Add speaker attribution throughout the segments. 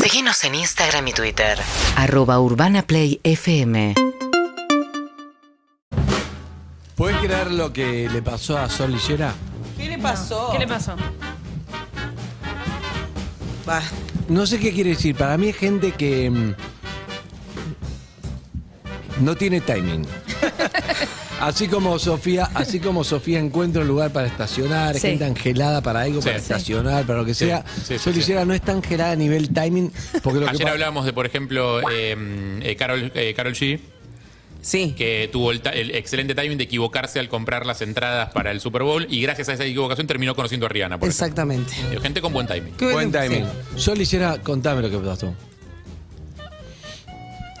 Speaker 1: Seguinos en Instagram y Twitter.
Speaker 2: Arroba Urbana Play FM.
Speaker 3: ¿Puedes creer lo que le pasó a Sol Lillera?
Speaker 4: ¿Qué le pasó?
Speaker 5: ¿Qué le pasó?
Speaker 4: Va,
Speaker 3: No sé qué quiere decir. Para mí es gente que. mm, No tiene timing. Así como Sofía, así como Sofía encuentra un lugar para estacionar,
Speaker 5: Sí.
Speaker 3: gente angelada para algo, para
Speaker 6: Sí.
Speaker 3: estacionar, para lo que
Speaker 6: Sí,
Speaker 3: sea.
Speaker 6: sí, sí,
Speaker 3: Sol
Speaker 6: sí.
Speaker 3: Lillera no es tan angelada a nivel timing, porque lo que
Speaker 6: Ayer
Speaker 3: pa-
Speaker 6: hablábamos de, por ejemplo, eh, eh, Carol, eh, Carol G,
Speaker 4: Sí.
Speaker 6: que tuvo el, ta- el excelente timing de equivocarse al comprar las entradas para el Super Bowl y gracias a esa equivocación terminó conociendo a Rihanna. Por ejemplo.
Speaker 4: Exactamente.
Speaker 6: Eh, Gente con buen timing.
Speaker 4: ¿Qué
Speaker 3: Buen
Speaker 4: hubiera-
Speaker 3: timing.
Speaker 4: sí.
Speaker 3: Sol Lillera, contame lo que pasó.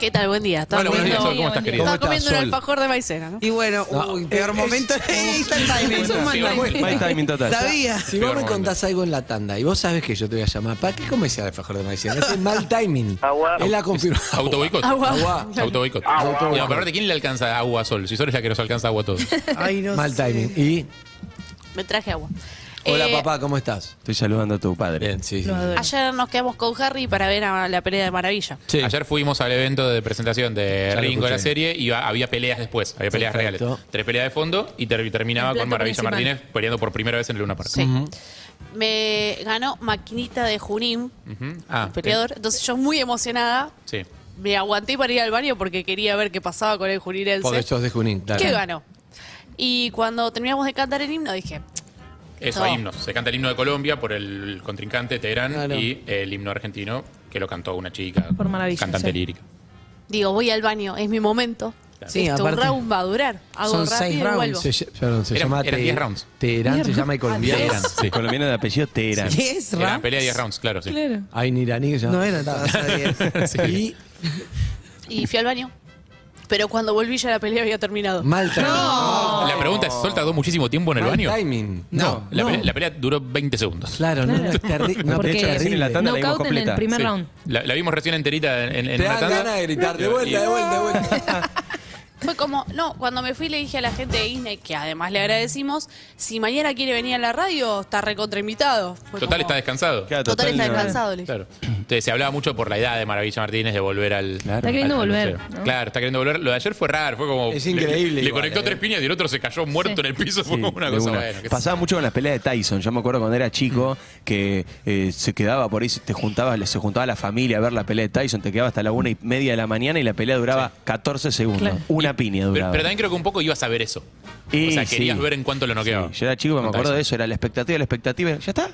Speaker 7: ¿Qué tal? Buen día. Estaba
Speaker 6: Hola, buenos días,
Speaker 7: comiendo,
Speaker 6: Sol, ¿cómo estás,
Speaker 5: Buen día,
Speaker 6: querida?
Speaker 3: buen día.
Speaker 7: estaba
Speaker 3: ¿Cómo estás,
Speaker 7: comiendo un
Speaker 3: Sol?
Speaker 7: alfajor de maicena.
Speaker 4: Y bueno,
Speaker 3: No,
Speaker 4: uy, peor
Speaker 3: Eh, es-
Speaker 4: momento. Ahí está el timing.
Speaker 5: Es un mal
Speaker 6: Peor
Speaker 5: timing.
Speaker 6: momento.
Speaker 8: Mal timing total.
Speaker 4: Sabía.
Speaker 3: Si vos
Speaker 6: Peor
Speaker 3: me contás algo en la tanda y vos sabés que yo te voy a llamar, ¿para qué comes el alfajor de maicena? Es el mal timing. Es la confirmación.
Speaker 6: Auto boicot.
Speaker 7: Agua.
Speaker 3: Agua.
Speaker 6: Auto boicot. No, pero aparte, ¿quién le alcanza agua a Sol? Si Sol es la que nos alcanza agua a todos.
Speaker 4: Ay, no
Speaker 3: Mal
Speaker 4: sé.
Speaker 3: timing. Y.
Speaker 7: Me traje agua.
Speaker 3: Hola
Speaker 7: Eh,
Speaker 3: papá, ¿cómo estás?
Speaker 8: Estoy saludando a tu padre.
Speaker 3: Bien, sí. sí.
Speaker 5: Lo adoro.
Speaker 7: Ayer nos quedamos con Harry para ver a la pelea de Maravilla.
Speaker 3: Sí.
Speaker 6: Ayer fuimos al evento de presentación de
Speaker 3: Ya lo
Speaker 6: Ringo de la
Speaker 3: escuché.
Speaker 6: serie y ha- había peleas después, había peleas
Speaker 3: Perfecto.
Speaker 6: reales. Tres peleas de fondo y ter- terminaba
Speaker 5: El plato
Speaker 6: con Maravilla
Speaker 5: principal.
Speaker 6: Martínez peleando por primera vez en el Luna Park.
Speaker 7: Sí. Me ganó Maquinita de Junín,
Speaker 6: Ujú. Ah,
Speaker 7: peleador. Entonces yo muy emocionada
Speaker 6: Sí.
Speaker 7: me aguanté para ir al baño porque quería ver qué pasaba con el junirense.
Speaker 3: Porque sos de Junín, claro.
Speaker 7: ¿Qué ganó? Y cuando terminamos de cantar el himno dije,
Speaker 6: Eso,
Speaker 7: No.
Speaker 6: hay himnos. Se canta el himno de Colombia por el contrincante Teherán
Speaker 4: Claro.
Speaker 6: y el himno argentino que lo cantó una chica.
Speaker 5: Por Maravilla,
Speaker 6: Cantante
Speaker 5: sí.
Speaker 6: lírica.
Speaker 7: digo, voy al baño, es mi momento.
Speaker 4: Sí,
Speaker 7: Esto un
Speaker 4: aparte.
Speaker 7: round va a durar. Hago
Speaker 4: Son
Speaker 7: rápido
Speaker 4: seis
Speaker 7: y
Speaker 4: rounds.
Speaker 7: vuelvo.
Speaker 3: Se, ll- perdón, se
Speaker 6: Era-
Speaker 3: llama
Speaker 6: eran
Speaker 3: Te-
Speaker 6: 10 rounds.
Speaker 3: Teherán se llama y colombiano.
Speaker 6: Teherán, sí.
Speaker 8: Colombiano de apellido Teherán.
Speaker 4: ¿Qué es,
Speaker 6: Era
Speaker 4: Ram?
Speaker 6: una pelea de 10 rounds, claro, sí.
Speaker 5: Claro.
Speaker 3: Hay un iraní que se llama.
Speaker 4: No era todas a diez.
Speaker 3: Y
Speaker 7: Y fui al baño. Pero cuando volví ya la pelea había terminado.
Speaker 3: mal timing.
Speaker 6: La pregunta es, ¿Sol tardó muchísimo tiempo en el
Speaker 3: Mal
Speaker 6: baño?
Speaker 3: timing.
Speaker 6: No, la,
Speaker 3: no.
Speaker 6: Pelea, la pelea duró 20 segundos.
Speaker 3: Claro, no, no es terrible. No,
Speaker 5: Porque
Speaker 3: es terrible.
Speaker 8: la tanda la vimos
Speaker 5: knockout en el
Speaker 8: completa.
Speaker 5: primer
Speaker 6: Sí.
Speaker 5: round.
Speaker 6: La, la vimos recién enterita en, en
Speaker 3: Te
Speaker 6: la
Speaker 3: dan
Speaker 6: tanda.
Speaker 3: ganas de gritar, de vuelta, de vuelta, de vuelta.
Speaker 7: Fue como, no, cuando me fui le dije a la gente de Disney, que además le agradecimos, si mañana quiere venir a la radio, está recontra invitado. Fue
Speaker 6: Total,
Speaker 7: como,
Speaker 6: está descansado.
Speaker 8: Claro,
Speaker 7: Total, está
Speaker 8: no-
Speaker 7: descansado, le dije.
Speaker 6: Claro. Entonces, se hablaba mucho por la edad de Maravilla Martínez de volver al.
Speaker 8: Claro.
Speaker 5: Está queriendo
Speaker 6: al- al
Speaker 5: volver.
Speaker 6: museo.
Speaker 5: ¿no?
Speaker 6: Claro, está queriendo volver. Lo de ayer fue raro, fue como.
Speaker 3: Es
Speaker 6: le-
Speaker 3: increíble
Speaker 6: Le,
Speaker 3: igual,
Speaker 6: conectó
Speaker 3: ¿eh?
Speaker 6: tres piñas y el otro se cayó muerto en el piso.
Speaker 8: Sí,
Speaker 6: fue como una
Speaker 8: de
Speaker 6: cosa
Speaker 8: una.
Speaker 6: bueno. qué sé
Speaker 8: Pasaba mucho con las peleas de Tyson. Yo me acuerdo cuando era chico que eh, se quedaba por ahí, se- te juntaba, se juntaba la familia a ver la pelea de Tyson, te quedaba hasta la una y media de la mañana y la pelea duraba 14 segundos.
Speaker 5: Claro.
Speaker 8: Una piña
Speaker 6: Pero,
Speaker 8: duraba.
Speaker 6: pero también creo que un poco ibas a ver eso.
Speaker 8: Y
Speaker 6: o sea, querías
Speaker 8: sí.
Speaker 6: ver en cuánto lo noqueaba.
Speaker 8: Sí, Yo era chico, me
Speaker 6: Con
Speaker 8: acuerdo de
Speaker 6: Tyson.
Speaker 8: eso, era la expectativa, la expectativa. ¿Ya está?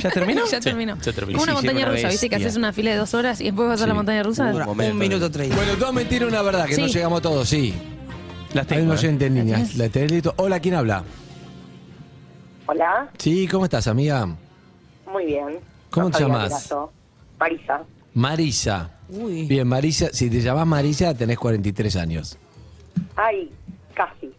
Speaker 8: ¿Ya terminó?
Speaker 5: ya terminó.
Speaker 6: ya terminó.
Speaker 5: Como una
Speaker 8: Sí, sí,
Speaker 5: montaña
Speaker 8: una
Speaker 5: rusa, viste que
Speaker 8: bestia.
Speaker 5: haces una fila de dos horas y después vas a la
Speaker 8: Sí.
Speaker 5: montaña rusa.
Speaker 8: Un
Speaker 4: Un,
Speaker 8: momento.
Speaker 4: minuto treinta.
Speaker 3: Bueno, todos mentira una verdad, que no
Speaker 5: Sí.
Speaker 3: llegamos todos, sí.
Speaker 8: Las
Speaker 3: Hay un
Speaker 8: tengo, ¿eh?
Speaker 3: oyente en línea. La tenés listo. Hola, ¿quién habla?
Speaker 9: Hola,
Speaker 3: Sí, ¿cómo estás, amiga?
Speaker 9: muy bien.
Speaker 3: ¿Cómo
Speaker 9: No
Speaker 3: te
Speaker 9: sabía
Speaker 3: llamás?
Speaker 9: que eras yo. Marisa.
Speaker 3: Marisa.
Speaker 4: Uy.
Speaker 3: Bien, Marisa, si te llamás Marisa, tenés 43 años.
Speaker 9: Ay, casi.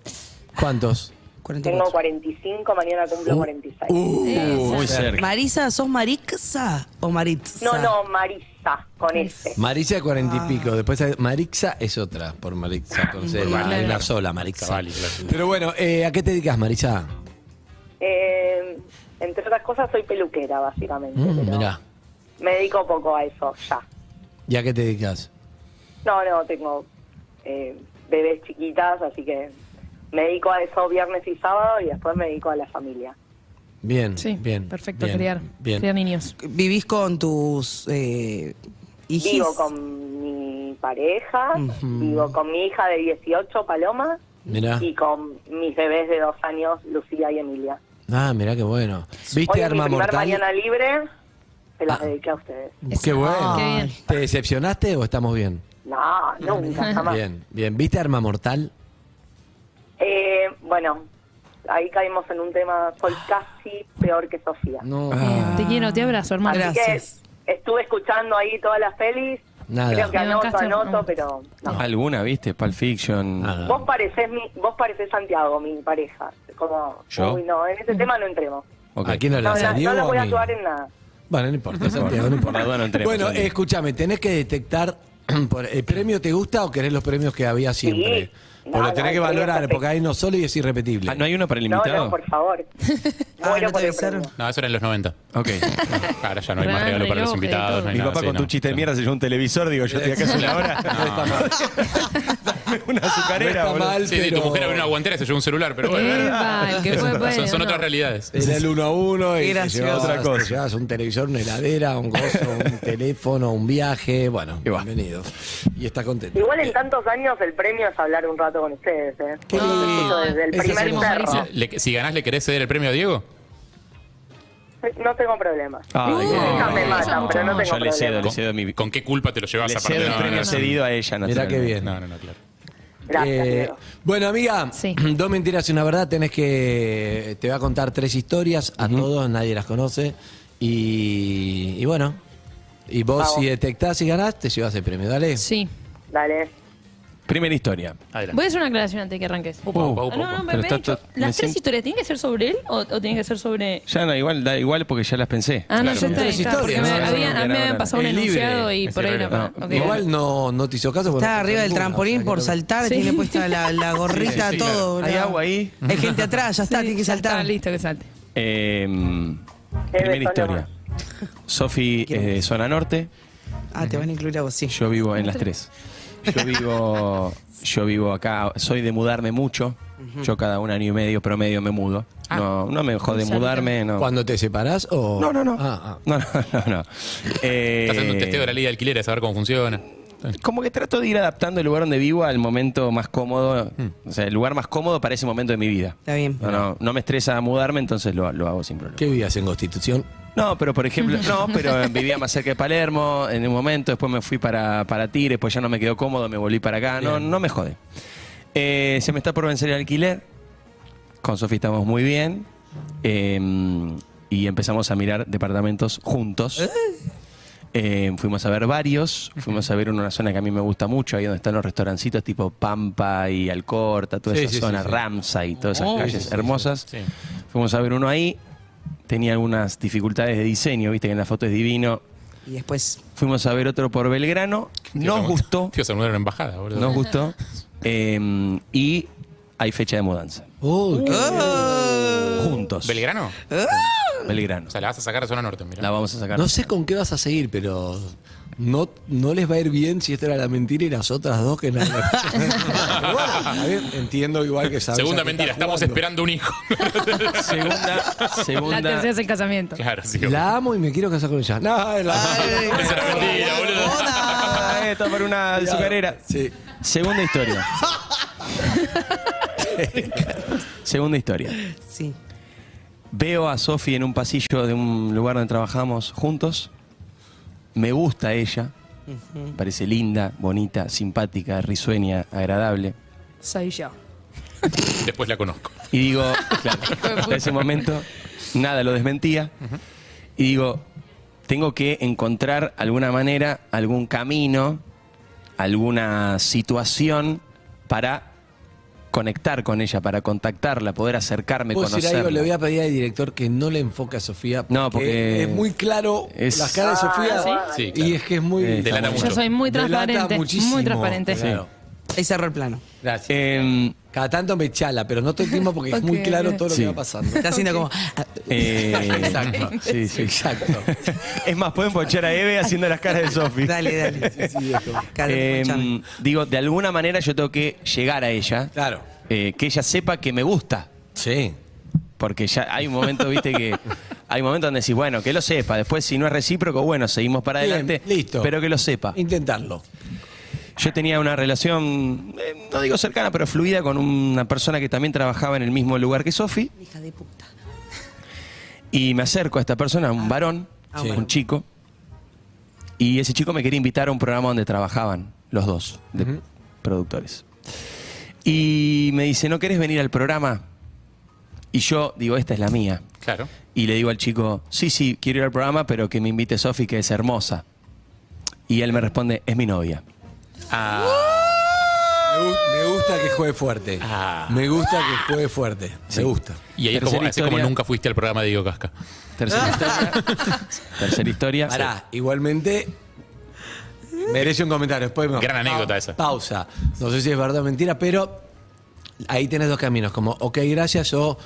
Speaker 3: ¿Cuántos?
Speaker 9: Tengo
Speaker 4: 44.
Speaker 9: 45, mañana cumplo
Speaker 3: Uh,
Speaker 9: 46.
Speaker 8: Uh, muy cerca.
Speaker 4: Marisa, ¿sos Marixa o Maritza?
Speaker 9: No, no, Marisa, con ese.
Speaker 3: Marisa, 40
Speaker 5: Ah.
Speaker 3: y pico. Después hay- Marixa es otra por Marixa. Entonces, hay una sola Marixa.
Speaker 6: Cavalli, claro.
Speaker 3: Pero bueno, eh, ¿a qué te dedicas, Marisa?
Speaker 9: Eh, entre otras cosas, soy peluquera, básicamente.
Speaker 3: Mm,
Speaker 9: pero
Speaker 3: mirá.
Speaker 9: Me dedico poco a eso, ya.
Speaker 3: ¿Y a qué te dedicas?
Speaker 9: No, no, tengo eh, bebés chiquitas, así que me dedico a eso viernes y sábado y después me dedico a la familia.
Speaker 3: Bien,
Speaker 5: Sí,
Speaker 3: bien.
Speaker 5: perfecto,
Speaker 3: bien,
Speaker 5: criar.
Speaker 3: Bien.
Speaker 5: Criar niños.
Speaker 4: ¿Vivís con tus eh, hijis?
Speaker 9: Vivo con mi pareja, vivo con mi hija de 18, Paloma,
Speaker 3: Mirá.
Speaker 9: y con mis bebés de dos años, Lucía y Emilia.
Speaker 3: Ah, mirá qué bueno. ¿Viste
Speaker 9: Hoy es mi
Speaker 3: Arma
Speaker 9: primer
Speaker 3: Mortal?
Speaker 9: mañana libre, se las
Speaker 3: Ah.
Speaker 9: dediqué a ustedes.
Speaker 3: Qué bueno.
Speaker 5: Qué bien.
Speaker 3: ¿Te decepcionaste o estamos bien?
Speaker 9: No, nunca, jamás.
Speaker 3: Bien, bien. ¿Viste Arma Mortal?
Speaker 9: Eh, bueno, ahí caímos en un tema, soy casi peor que Sofía.
Speaker 3: No.
Speaker 5: Ah. Te quiero, te abrazo, hermano.
Speaker 9: Así
Speaker 4: gracias.
Speaker 9: que estuve escuchando ahí todas las pelis,
Speaker 3: Nada.
Speaker 9: creo que
Speaker 5: Me
Speaker 9: anoto,
Speaker 5: bancaste,
Speaker 9: anoto,
Speaker 5: no.
Speaker 9: pero no.
Speaker 8: ¿Alguna, viste? Pulp Fiction.
Speaker 3: Nada.
Speaker 9: Vos parecés, mi, vos parecés Santiago, mi pareja. Como,
Speaker 8: ¿Yo?
Speaker 9: uy, no, en ese tema no entremos.
Speaker 8: Ok.
Speaker 3: ¿A quién lo
Speaker 9: No,
Speaker 3: lanzas?
Speaker 9: no, no
Speaker 3: ¿Diego
Speaker 9: lo
Speaker 3: Mm. o a
Speaker 9: voy a
Speaker 3: mí?
Speaker 9: actuar en nada.
Speaker 3: Bueno, no importa, Santiago, no importa.
Speaker 8: Por la duda no entremos,
Speaker 3: bueno,
Speaker 8: Santiago.
Speaker 3: escúchame, tenés que detectar, por- ¿el premio te gusta o querés los premios que había siempre?
Speaker 9: No,
Speaker 3: Porque
Speaker 9: no,
Speaker 3: tenés que
Speaker 9: el premio
Speaker 3: valorar,
Speaker 9: perfecto.
Speaker 3: porque hay uno solo y es irrepetible.
Speaker 8: Ah, ¿No hay uno para el
Speaker 9: No,
Speaker 8: invitado?
Speaker 9: no, por favor.
Speaker 4: Ah,
Speaker 9: Muero
Speaker 4: ¿no te
Speaker 9: por el
Speaker 4: avisaron?
Speaker 9: premio.
Speaker 6: No, eso era en los 90.
Speaker 8: Ok.
Speaker 6: Ahora ya no hay más
Speaker 5: Gran
Speaker 6: regalo para los
Speaker 5: reloj,
Speaker 6: invitados.
Speaker 5: eh,
Speaker 6: no hay
Speaker 8: Mi
Speaker 6: nada,
Speaker 8: papá
Speaker 6: sí,
Speaker 8: con
Speaker 6: no.
Speaker 8: tu chiste de mierda se llevó un televisor, digo, yo estoy acá hace una hora. Dame una azucarera,
Speaker 3: No está
Speaker 8: boludo.
Speaker 3: mal,
Speaker 6: Sí, sí, tu
Speaker 3: pero
Speaker 6: mujer abrió una guantera y se llevó un celular, pero bueno.
Speaker 5: Epa, el que fue,
Speaker 6: Son,
Speaker 5: bueno,
Speaker 6: son
Speaker 5: no.
Speaker 6: otras realidades.
Speaker 3: Era el uno a uno y
Speaker 4: Era
Speaker 3: te llevabas,
Speaker 8: otra
Speaker 3: te
Speaker 8: cosa.
Speaker 3: llevabas un televisor, una heladera, un gozo, un teléfono, un viaje. Bueno,
Speaker 8: Y va.
Speaker 3: bienvenido. Y está contento.
Speaker 9: Igual en tantos años el premio es hablar un rato con ustedes, ¿eh?
Speaker 3: Eh, Qué
Speaker 9: Los
Speaker 3: lindo.
Speaker 9: escucho desde el
Speaker 3: Ese
Speaker 9: primer
Speaker 3: hacemos
Speaker 9: cerro.
Speaker 5: buenísimo.
Speaker 6: Ah, Le- si ganás, ¿le querés ceder el premio a Diego?
Speaker 9: No tengo problema.
Speaker 8: Ay,
Speaker 9: Sí,
Speaker 8: qué
Speaker 9: no me
Speaker 8: lindo.
Speaker 9: matan, pero no
Speaker 8: No, yo
Speaker 9: tengo
Speaker 8: le cedo,
Speaker 9: problema.
Speaker 8: le cedo mi.
Speaker 6: ¿Con qué culpa te lo llevas
Speaker 8: Le
Speaker 6: a
Speaker 8: cedo el premio cedido a ella,
Speaker 3: Mirá qué
Speaker 8: naturalmente.
Speaker 3: bien.
Speaker 6: No, no, no, claro.
Speaker 9: Gracias,
Speaker 3: Eh,
Speaker 9: Diego.
Speaker 3: bueno, amiga,
Speaker 5: Sí.
Speaker 3: dos mentiras y una verdad. Tenés que. Te va a contar tres historias. A todos nadie las conoce. Y, y bueno. Y vos,
Speaker 9: Vamos.
Speaker 3: si detectás y ganás, te llevas el premio. Dale.
Speaker 5: Sí.
Speaker 9: Dale.
Speaker 8: Primera historia. Uh.
Speaker 6: Adelante.
Speaker 5: Voy a hacer una aclaración antes de que arranques.
Speaker 6: upa, upa,
Speaker 5: Ah, no,
Speaker 6: upa.
Speaker 5: no, me
Speaker 8: Pero
Speaker 5: habían
Speaker 8: está-
Speaker 5: dicho,
Speaker 8: está- me
Speaker 5: ¿Las tres
Speaker 8: siento-
Speaker 5: historias tienen que ser sobre él o, o tienen que ser sobre.?
Speaker 8: Ya no, igual, da igual porque ya las pensé.
Speaker 5: Ah, no,
Speaker 6: Claro,
Speaker 5: ya está.
Speaker 3: tres
Speaker 5: está, porque
Speaker 3: historias,
Speaker 5: me,
Speaker 3: no, no,
Speaker 5: habían,
Speaker 8: no,
Speaker 5: a mí me
Speaker 8: no,
Speaker 5: habían
Speaker 8: no,
Speaker 5: pasado un
Speaker 3: es libre.
Speaker 5: enunciado y
Speaker 6: Es
Speaker 5: por ahí
Speaker 6: libre.
Speaker 5: no.
Speaker 8: No,
Speaker 5: ok.
Speaker 3: Igual no, no te hizo caso. porque
Speaker 4: Está
Speaker 3: no
Speaker 4: arriba del
Speaker 3: ninguna, o
Speaker 4: trampolín
Speaker 3: sea,
Speaker 4: por
Speaker 3: que no-
Speaker 4: saltar,
Speaker 5: Sí.
Speaker 4: tiene puesta la, la gorrita,
Speaker 6: Sí, sí, sí,
Speaker 4: todo.
Speaker 8: claro. ¿Hay
Speaker 4: bla.
Speaker 8: agua ahí?
Speaker 4: Hay gente atrás, ya está, tiene que
Speaker 5: Ya está,
Speaker 4: saltar.
Speaker 5: listo, que salte.
Speaker 8: Eh,
Speaker 9: Debe
Speaker 8: primera historia.
Speaker 9: sonar.
Speaker 8: Sofi es de zona norte.
Speaker 4: Ah, te van a incluir a vos, sí.
Speaker 8: Yo vivo en las tres. Yo vivo, yo vivo acá. Soy de mudarme mucho. Yo cada un año y medio promedio me mudo. No, no me jode mudarme. No.
Speaker 3: ¿Cuando te separás o.?
Speaker 8: No, no, no.
Speaker 3: Ah, ah.
Speaker 8: No, no, no, no. Eh,
Speaker 6: Estás haciendo un testeo de la ley de alquileres a ver cómo funciona.
Speaker 8: Como que trato de ir adaptando el lugar donde vivo al momento más cómodo. O sea, el lugar más cómodo para ese momento de mi vida.
Speaker 4: Está bien.
Speaker 8: No, no, no me estresa mudarme, entonces lo, lo hago sin problema.
Speaker 3: ¿Qué vivías en Constitución?
Speaker 8: No, pero por ejemplo, no, pero eh, vivía más cerca de Palermo en un momento, después me fui para, para Tigre, pues ya no me quedó cómodo, me volví para acá, no, no me jode. Eh, se me está por vencer el alquiler, con Sofía estamos muy bien eh, y empezamos a mirar departamentos juntos. Eh, fuimos a ver varios, fuimos a ver uno, una zona que a mí me gusta mucho, ahí donde están los restaurancitos tipo Pampa y Alcorta, toda
Speaker 3: Sí,
Speaker 8: esa
Speaker 3: sí,
Speaker 8: zona,
Speaker 3: sí, sí.
Speaker 8: Ramsa y todas esas
Speaker 3: Oh,
Speaker 8: calles
Speaker 3: sí, sí, sí.
Speaker 8: hermosas.
Speaker 6: Sí.
Speaker 8: Fuimos a ver uno ahí, tenía algunas dificultades de diseño, viste que en la foto es divino.
Speaker 4: Y después,
Speaker 8: Fuimos a ver otro por Belgrano, nos gustó,
Speaker 6: Tío, se mudaron en embajada, boludo.
Speaker 8: nos gustó, eh, y hay fecha de mudanza.
Speaker 3: Uy, qué-
Speaker 4: Oh.
Speaker 8: Juntos.
Speaker 6: ¿Belgrano?
Speaker 8: Belgrano.
Speaker 6: O sea, la vas a sacar de zona norte, mira.
Speaker 8: La vamos a sacar.
Speaker 3: No sé con qué vas a seguir, pero no, no les va a ir bien si esta era la mentira y las otras dos que nada. Igual, a ver, entiendo igual que sabes.
Speaker 6: Segunda
Speaker 3: a qué
Speaker 6: mentira,
Speaker 3: estás
Speaker 6: estamos
Speaker 3: jugando.
Speaker 6: esperando un hijo.
Speaker 8: Segunda,
Speaker 5: La
Speaker 8: segunda.
Speaker 5: tercera es el casamiento.
Speaker 6: claro, sí.
Speaker 3: La amo y me quiero casar con ella. No, es la-
Speaker 6: Esa era mentira, boludo.
Speaker 8: Ah, Esto para una azucarera.
Speaker 3: Sí.
Speaker 8: Segunda historia. segunda historia.
Speaker 4: sí.
Speaker 8: Veo a Sofi en un pasillo de un lugar donde trabajamos juntos. Me gusta ella. Me Parece linda, bonita, simpática, risueña, agradable.
Speaker 5: Soy yo.
Speaker 6: Después la conozco.
Speaker 8: Y digo, claro, hasta ese momento nada lo desmentía. Y digo, tengo que encontrar alguna manera, algún camino, alguna situación para conectar con ella, para contactarla, poder acercarme,
Speaker 3: ¿Puedo decir algo?
Speaker 8: conocerla.
Speaker 3: Le voy a pedir al director que no le enfoque a Sofía.
Speaker 8: No, porque
Speaker 3: es muy claro
Speaker 8: es-
Speaker 3: las caras de Sofía.
Speaker 6: Sí,
Speaker 3: Y
Speaker 6: claro.
Speaker 3: es que es muy.
Speaker 8: Eh,
Speaker 6: delata
Speaker 3: está
Speaker 6: mucho.
Speaker 5: Yo soy muy
Speaker 3: Delata
Speaker 5: transparente.
Speaker 3: muchísimo,
Speaker 5: Muy transparente.
Speaker 3: claro.
Speaker 4: Ahí cerró el plano.
Speaker 3: Gracias.
Speaker 8: Em,
Speaker 3: Cada tanto me chala, pero no todo el tiempo porque es muy
Speaker 5: Ok.
Speaker 3: claro todo lo
Speaker 8: Sí.
Speaker 3: que va pasando.
Speaker 4: Está haciendo como. ah,
Speaker 8: eh,
Speaker 3: Exacto.
Speaker 8: sí, sí.
Speaker 3: Exacto.
Speaker 8: Es más, pueden pochar a Eve haciendo las caras de Sofi.
Speaker 4: Dale, dale. Cállate,
Speaker 8: Em,
Speaker 4: escuchame.
Speaker 8: digo, de alguna manera yo tengo que llegar a ella.
Speaker 3: Claro.
Speaker 8: eh, que ella sepa que me gusta.
Speaker 3: Sí.
Speaker 8: Porque ya hay un momento, viste, que hay un momento donde decís, bueno, que lo sepa. Después, si no es recíproco, bueno, seguimos para
Speaker 3: Bien,
Speaker 8: adelante.
Speaker 3: listo.
Speaker 8: Pero que lo sepa.
Speaker 3: Intentarlo.
Speaker 8: Yo tenía una relación, eh, no digo cercana, pero fluida con una persona que también trabajaba en el mismo lugar que Sofi.
Speaker 4: Hija de puta.
Speaker 8: Y me acerco a esta persona, un varón,
Speaker 4: Ah,
Speaker 8: un
Speaker 4: bueno.
Speaker 8: chico. Y ese chico me quería invitar a un programa donde trabajaban los dos, de productores. Y me dice, ¿no querés venir al programa? Y yo digo, esta es la mía.
Speaker 6: Claro.
Speaker 8: Y le digo al chico, sí, sí, quiero ir al programa, pero que me invite Sofi, que es hermosa. Y él me responde, es mi novia.
Speaker 6: Ah,
Speaker 3: Me, gu- me gusta que juegue fuerte.
Speaker 6: Ah.
Speaker 3: Me gusta que juegue fuerte. Me gusta.
Speaker 6: y ahí es como,
Speaker 8: Tercera
Speaker 6: así como
Speaker 8: historia.
Speaker 6: nunca fuiste al programa de Diego Casca.
Speaker 8: Tercera historia. Tercera historia.
Speaker 3: Pará, igualmente. Merece un comentario. Después me-
Speaker 6: Gran anécdota
Speaker 3: pa-
Speaker 6: esa.
Speaker 3: Pausa. No sé si es verdad o mentira, pero ahí tenés dos caminos. Como, ok, gracias, o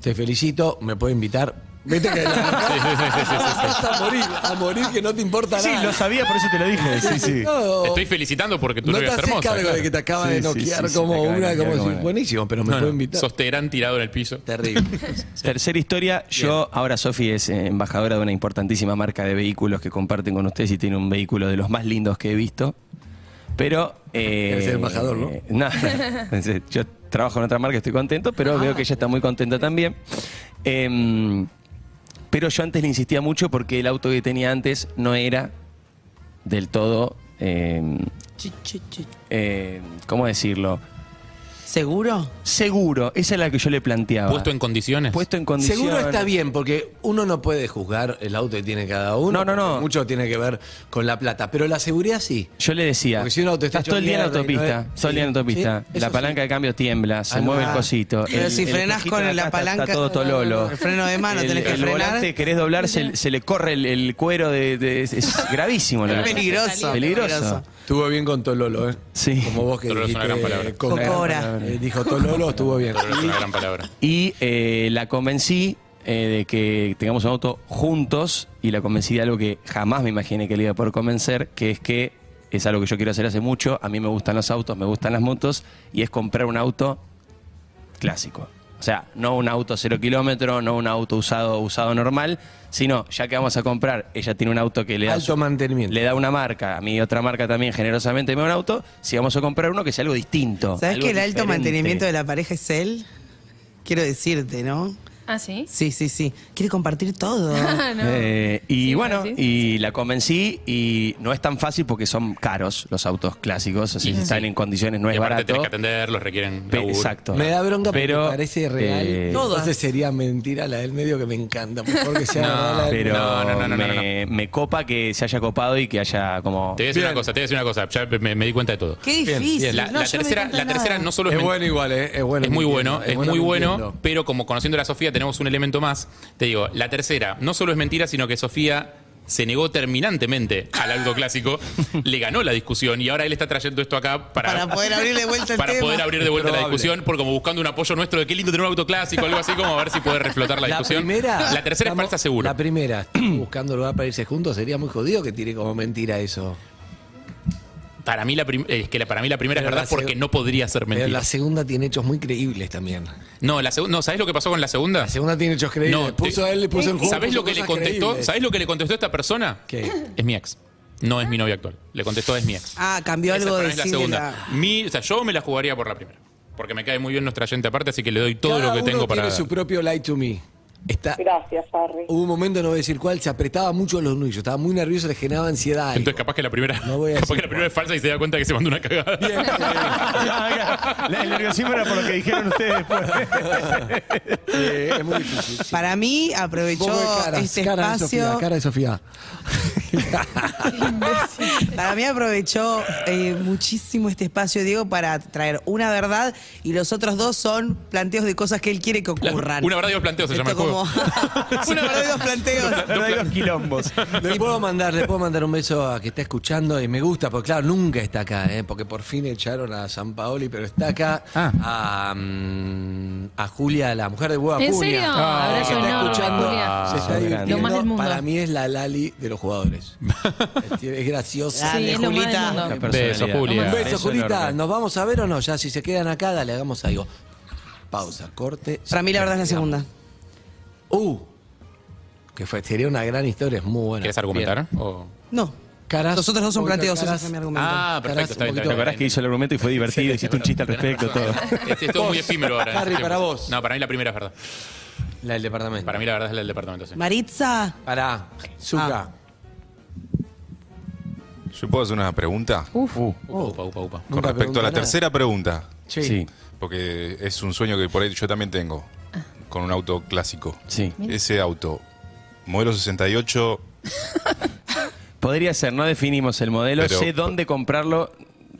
Speaker 3: te felicito, me puedo invitar. Viste que
Speaker 6: Sí, sí, sí, sí, sí, sí.
Speaker 3: vas a morir, a morir que no te importa
Speaker 8: Sí,
Speaker 3: nada.
Speaker 8: lo sabía, por eso te lo dije. Sí, sí.
Speaker 3: No,
Speaker 6: Te estoy felicitando porque tu
Speaker 3: no te
Speaker 6: novia es
Speaker 3: haces
Speaker 6: hermosa.
Speaker 3: cargo
Speaker 6: claro.
Speaker 3: de que te acaba de
Speaker 8: Sí, sí,
Speaker 3: noquear
Speaker 8: sí, sí,
Speaker 3: como
Speaker 8: me acaba de
Speaker 3: una,
Speaker 8: noquear,
Speaker 3: como
Speaker 8: como
Speaker 3: decir,
Speaker 8: una.
Speaker 3: buenísimo, pero me
Speaker 6: No, no,
Speaker 3: puede invitar.
Speaker 6: Sosterán tirado en el piso.
Speaker 3: Terrible.
Speaker 8: Tercera historia, yo, ahora Sofi es eh, embajadora de una importantísima marca de vehículos que comparten con ustedes y tiene un vehículo de los más lindos que he visto. Pero... Eh,
Speaker 3: Eres el embajador, ¿no?
Speaker 8: eh, no, entonces, yo trabajo en otra marca, estoy contento, pero veo que ella está muy contenta también. Em, pero yo antes le insistía mucho porque el auto que tenía antes no era del todo... em,
Speaker 4: Chi, chi, chi.
Speaker 8: em, ¿Cómo decirlo?
Speaker 4: ¿Seguro?
Speaker 8: Seguro, esa es la que yo le planteaba.
Speaker 6: Puesto en condiciones.
Speaker 8: Puesto en condiciones.
Speaker 3: Seguro está bien, porque uno no puede juzgar el auto que tiene cada uno.
Speaker 8: No, no, no.
Speaker 3: porque Mucho tiene que ver con la plata, pero la seguridad sí.
Speaker 8: Yo le decía,
Speaker 3: Porque si un auto está
Speaker 8: estás
Speaker 3: hecho
Speaker 8: todo el día en la
Speaker 3: mierda y no
Speaker 8: autopista,
Speaker 3: es-
Speaker 8: todo el día en la
Speaker 3: Sí,
Speaker 8: autopista,
Speaker 3: sí,
Speaker 8: la
Speaker 3: eso
Speaker 8: palanca
Speaker 3: sí.
Speaker 8: de cambio tiembla, se
Speaker 3: Ah,
Speaker 8: mueve
Speaker 3: no.
Speaker 8: el cosito.
Speaker 4: Pero
Speaker 8: el-
Speaker 4: si
Speaker 8: el
Speaker 4: frenás
Speaker 8: espejito
Speaker 4: con
Speaker 8: de
Speaker 4: la
Speaker 8: acá está-
Speaker 4: palanca-
Speaker 8: Está todo tololo.
Speaker 4: el freno de mano,
Speaker 8: El-
Speaker 4: tenés que
Speaker 8: el
Speaker 4: frenar.
Speaker 8: volante, querés doblar, se, se le corre el, el cuero de... de- es, es gravísimo. lo que
Speaker 4: Es
Speaker 8: pasa.
Speaker 4: peligroso.
Speaker 8: Peligroso.
Speaker 3: Estuvo bien con Tololo, ¿eh?
Speaker 8: Sí.
Speaker 3: Como vos que
Speaker 6: Tololo es una
Speaker 3: dijiste.
Speaker 6: gran palabra.
Speaker 3: con-
Speaker 4: Una gran Cocora.
Speaker 8: palabra.
Speaker 3: Eh, dijo Tololo, estuvo bien.
Speaker 6: Pero es una gran palabra.
Speaker 8: Y eh, la convencí eh, de que tengamos un auto juntos y la convencí de algo que jamás me imaginé que le iba a poder convencer, que es que es algo que yo quiero hacer hace mucho, a mí me gustan los autos, me gustan las motos, y es comprar un auto clásico. O sea, no un auto cero kilómetro, no un auto usado, usado normal, sino ya que vamos a comprar, ella tiene un auto que le da
Speaker 3: Alto
Speaker 8: su-
Speaker 3: mantenimiento.
Speaker 8: le da una marca, a mí otra marca también generosamente me da un auto, si vamos a comprar uno que sea algo distinto.
Speaker 4: ¿Sabés
Speaker 8: algo
Speaker 4: que el alto
Speaker 8: diferente.
Speaker 4: mantenimiento de la pareja es él? Quiero decirte, ¿no?
Speaker 5: Ah, sí. Ah,
Speaker 4: Sí, sí, sí. Quiere compartir todo.
Speaker 5: no.
Speaker 8: Eh, y
Speaker 5: Sí,
Speaker 8: bueno,
Speaker 5: sí.
Speaker 8: y la convencí y no es tan fácil porque son caros los autos clásicos, así que están en condiciones no
Speaker 6: y
Speaker 8: es
Speaker 6: aparte
Speaker 8: barato.
Speaker 6: tenés que atenderlos, requieren
Speaker 8: Pe-
Speaker 6: laburo.
Speaker 8: Exacto.
Speaker 3: Me da bronca
Speaker 8: Pero,
Speaker 3: porque parece real.
Speaker 8: eh,
Speaker 3: Entonces sería mentira la del medio que me encanta. Mejor que sea
Speaker 6: No,
Speaker 3: verdad la del
Speaker 8: Pero
Speaker 3: medio.
Speaker 6: No, no, no, no, no,
Speaker 8: me, me copa que se haya copado y que haya como
Speaker 6: Te voy a decir una cosa, te voy a decir una cosa. Ya me, me di cuenta de todo.
Speaker 4: Qué difícil.
Speaker 3: bien.
Speaker 6: La,
Speaker 4: No, yo no me
Speaker 6: la
Speaker 4: di
Speaker 6: tercera,
Speaker 4: cuenta
Speaker 6: la
Speaker 4: de
Speaker 6: tercera
Speaker 4: nada.
Speaker 6: no solo es,
Speaker 3: Es
Speaker 6: men-
Speaker 3: bueno igual, ¿eh? Es bueno.
Speaker 6: es muy bueno,
Speaker 3: mintiendo,
Speaker 6: es muy bueno,
Speaker 3: mintiendo.
Speaker 6: pero como conociendo a la Sofía tenemos un elemento más, te digo, la tercera no solo es mentira, sino que Sofía se negó terminantemente al auto clásico, le ganó la discusión y ahora él está trayendo esto acá para,
Speaker 4: Para poder abrir de vuelta el
Speaker 6: para
Speaker 4: tema.
Speaker 6: poder abrir de vuelta la
Speaker 3: Probable.
Speaker 6: discusión, por como buscando un apoyo nuestro de qué lindo tener un auto clásico, algo así como a ver si puede reflotar la, discusión.
Speaker 3: primera,
Speaker 6: la tercera es
Speaker 3: estamos-
Speaker 6: falsa seguro.
Speaker 3: La primera, buscando lugar para irse juntos, sería muy jodido que tire como mentira eso.
Speaker 6: Para mí la prim- es que la- para mí la primera
Speaker 3: Pero
Speaker 6: es verdad
Speaker 3: la
Speaker 6: porque
Speaker 3: seg-
Speaker 6: no podría ser mentira.
Speaker 3: Pero la segunda tiene hechos muy creíbles también.
Speaker 6: No, la segunda, no, ¿sabés lo que pasó con la segunda?
Speaker 3: La segunda tiene hechos creíbles.
Speaker 6: No,
Speaker 3: puso
Speaker 6: te-
Speaker 3: a él, le puso en juego.
Speaker 6: ¿Sabés
Speaker 3: puso
Speaker 6: lo que le
Speaker 3: cosas
Speaker 6: contestó?
Speaker 3: creíbles.
Speaker 6: ¿Sabés lo que le contestó esta persona?
Speaker 3: ¿Qué?
Speaker 6: Es mi ex. No es mi novia actual. Le contestó es mi ex.
Speaker 4: Ah, cambió
Speaker 6: Esa
Speaker 4: algo de
Speaker 6: para mí es la
Speaker 4: sí de
Speaker 6: segunda.
Speaker 4: la-
Speaker 6: Mi- o sea, yo me la jugaría por la primera. Porque me cae muy bien nuestra gente aparte, así que le doy todo
Speaker 3: Cada
Speaker 6: lo que
Speaker 3: uno
Speaker 6: tengo para.
Speaker 3: Tiene su propio lie to me. Está,
Speaker 9: Gracias, Harry.
Speaker 3: hubo un momento, no voy a decir cuál, se apretaba mucho los nudillos. Estaba muy nervioso, le generaba ansiedad. algo.
Speaker 6: Entonces capaz que la primera,
Speaker 3: No voy a
Speaker 6: capaz que
Speaker 3: decir
Speaker 6: la primera es falsa y se da cuenta que se mandó una cagada.
Speaker 8: Ah, el nerviosismo era por lo que dijeron ustedes después.
Speaker 3: Eh, es muy difícil. sí.
Speaker 4: Para mí aprovechó
Speaker 3: Vos ves caras,
Speaker 4: este
Speaker 3: cara
Speaker 4: espacio.
Speaker 3: de Sofía, cara de Sofía.
Speaker 4: Para mí aprovechó eh, muchísimo este espacio, Diego, para traer una verdad y los otros dos son planteos de cosas que él quiere que
Speaker 6: La-
Speaker 4: ocurran.
Speaker 6: una verdad y dos planteos se
Speaker 4: Esto
Speaker 6: llama el juego.
Speaker 4: como- una verdad y dos planteos.
Speaker 8: quilombos.
Speaker 3: Le puedo mandar, le puedo mandar un beso a que está escuchando y me gusta, porque claro, nunca está acá, ¿eh? porque por fin echaron a San Paoli, pero está acá a, mm, a Julia, la mujer de Boa
Speaker 5: ¿En
Speaker 3: Acuña,
Speaker 5: serio?
Speaker 3: que
Speaker 5: Abrazo
Speaker 3: está
Speaker 5: enorme,
Speaker 3: escuchando,
Speaker 5: Julia.
Speaker 3: se está
Speaker 8: Lo
Speaker 3: divirtiendo.
Speaker 5: más del mundo.
Speaker 3: Para mí es la Lali de los jugadores. Es- es graciosa.
Speaker 5: Sí,
Speaker 4: Dale,
Speaker 5: es lo más
Speaker 4: Julita.
Speaker 5: del mundo.
Speaker 6: Beso, Julia.
Speaker 3: Un beso,
Speaker 8: Beso
Speaker 3: Julita.
Speaker 8: enorme.
Speaker 3: ¿Nos vamos a ver o no? Ya si se quedan acá, dale, hagamos algo. Pausa, corte.
Speaker 4: Para mí la verdad es la segunda.
Speaker 3: Uh, que fue, sería una gran historia, es muy buena.
Speaker 6: ¿Quieres argumentar? O-
Speaker 4: No.
Speaker 3: Caras.
Speaker 4: Los otros dos son
Speaker 3: Otra
Speaker 4: planteos, ese
Speaker 3: caras.
Speaker 4: fue mi argumento.
Speaker 6: Ah, perfecto,
Speaker 3: Caras,
Speaker 6: está
Speaker 3: un
Speaker 6: bien.
Speaker 3: poquito-
Speaker 8: ¿Te acordás que hizo el argumento y fue divertido? Hiciste un chiste al respecto, todo.
Speaker 6: Es, Este, es todo muy efímero ahora. en
Speaker 3: Harry,
Speaker 6: estos
Speaker 3: para
Speaker 6: tiempos.
Speaker 3: vos.
Speaker 6: No, para mí la primera es verdad.
Speaker 3: La del departamento.
Speaker 6: Para mí la verdad es la del departamento. sí.
Speaker 4: Maritza.
Speaker 3: Pará,
Speaker 6: Ah.
Speaker 3: Zuka.
Speaker 10: ¿Yo puedo hacer una pregunta?
Speaker 6: Upa, upa, upa.
Speaker 10: Con respecto a
Speaker 3: Nunca
Speaker 10: la
Speaker 3: pregunté nada.
Speaker 10: tercera pregunta,
Speaker 3: Sí.
Speaker 8: Sí,
Speaker 10: porque es un sueño que por ahí yo también tengo, con un auto clásico.
Speaker 8: sí.
Speaker 10: Ese auto, modelo 68,
Speaker 8: Podría ser, no definimos el modelo.
Speaker 10: Pero-
Speaker 8: sé dónde comprarlo.